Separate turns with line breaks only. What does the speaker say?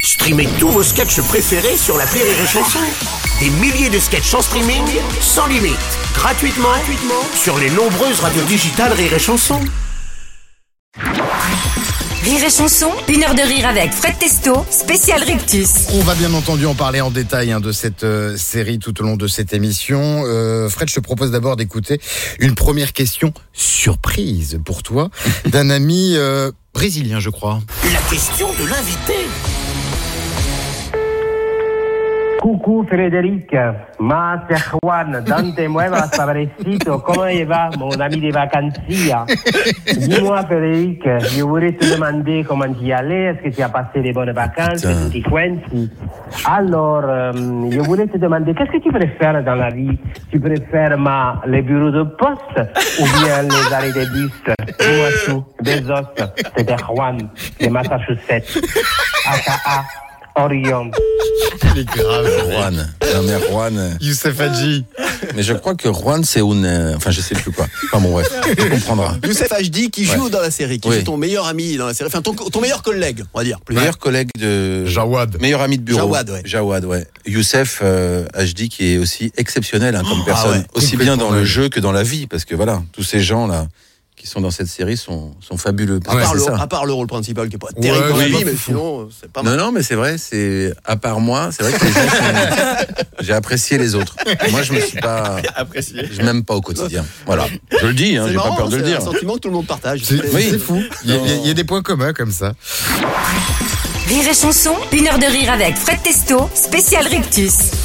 Streamez tous vos sketchs préférés sur la Rire et Chanson. Des milliers de sketchs en streaming, sans limite, gratuitement, gratuitement sur les nombreuses radios digitales Rire et Chanson.
Rire et chanson, une heure de rire avec Fred Testo, spécial Rictus.
On va bien entendu en parler en détail hein, de cette euh, série tout au long de cette émission. Euh, Fred, je te propose d'abord d'écouter une première question surprise pour toi d'un ami euh, brésilien, je crois.
La question de l'invité.
Coucou Frédéric, ma c'est Juan, Dante Mueva Fabrecito, comment il va mon ami des vacancias Dis-moi Frédéric, je voulais te demander comment tu y allais, est-ce que tu as passé des bonnes vacances, tutti quanti Alors, euh, je voulais te demander, qu'est-ce que tu préfères dans la vie Tu préfères ma, les bureaux de poste ou bien les arrêts de bus Dis-moi tout, Bezos, c'était Juan, de Massachusetts, aka Orion.
Il est grave,
Juan. Non, mais Juan.
Youssef Hadji.
Mais je crois que Juan, c'est une. euh, Enfin, je sais plus quoi. Enfin, bon, bref. Tu comprendras.
Youssef Hajdi qui joue dans la série, qui
Oui.
est ton meilleur ami dans la série, enfin ton, ton meilleur collègue, on va dire. Plus
Meilleur collègue de.
Jawad.
Meilleur ami de bureau.
Jawad, ouais.
Jawad, ouais. Youssef euh, HD qui est aussi exceptionnel hein, comme personne.
ah ouais,
aussi bien dans
complètement.
le jeu que dans la vie. Parce que voilà, tous ces gens-là qui sont dans cette série sont, sont fabuleux.
à, part
c'est
le,
ça.
à part le rôle principal qui est pas terrible dans la
oui.
vie, mais sinon euh, c'est pas mal.
Non, non, mais c'est vrai, c'est. À part moi, c'est vrai que les gens sont- J'ai apprécié les autres. Moi, je me suis pas.
Apprécié.
Je m'aime pas au quotidien. Voilà. Je le dis, hein,
C'est
j'ai Hein, pas
marrant,
peur de le
c'est un
dire.
sentiment que tout le monde partage.
C'est
C'est-
Oui.
c'est fou. Il y, a- il y a- il y a des points communs comme ça.
Rire et chanson, une heure de rire avec Fred Testo, spécial Rictus.